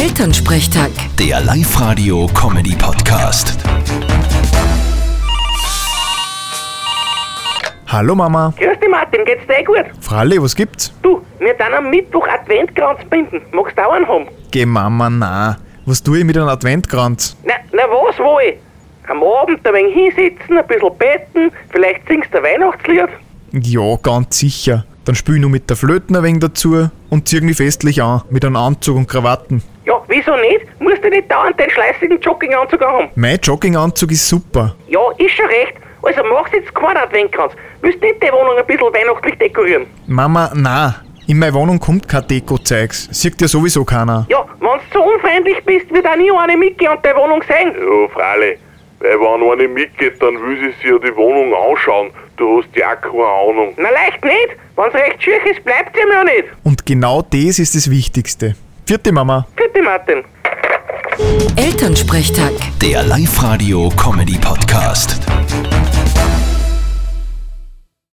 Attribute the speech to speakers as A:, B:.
A: Elternsprechtag.
B: Der Live-Radio-Comedy-Podcast.
C: Hallo Mama.
D: Grüß dich Martin, geht's dir eh gut?
C: Fralle, was gibt's?
D: Du, wir dann am Mittwoch Adventkranz binden. Magst du auch einen haben?
C: Geh Mama, na. Was tue ich mit einem Adventkranz?
D: Na, na was wo ich? Am Abend ein wenig hinsitzen, ein bisschen beten, vielleicht singst du ein Weihnachtslied.
C: Ja, ganz sicher. Dann spiel ich nur mit der Flöten ein wenig dazu und zieh mich festlich an, mit einem Anzug und Krawatten.
D: Ja, wieso nicht? Musst du nicht dauernd den schleißigen Jogginganzug haben.
C: Mein Jogginganzug ist super.
D: Ja, ist schon recht. Also machst jetzt keinen Adventkranz. Willst nicht die Wohnung ein bisschen weihnachtlich dekorieren?
C: Mama, na. In meine Wohnung kommt kein Deko-Zeugs. Sieht ja sowieso keiner.
D: Ja, wenn du so unfreundlich bist, wird auch nie eine mitgehen und deine Wohnung sehen.
E: Ja, freilich. Weil Äh, wenn eine mitgeht, dann will sie sich ja die Wohnung anschauen. Du hast ja auch keine Ahnung.
D: Na leicht nicht. Wenn's recht schier ist, bleibt sie mir nicht.
C: Und genau das ist das Wichtigste. Vierte Mama.
D: Bitte Martin.
A: Elternsprechtag.
B: Der Live-Radio-Comedy-Podcast.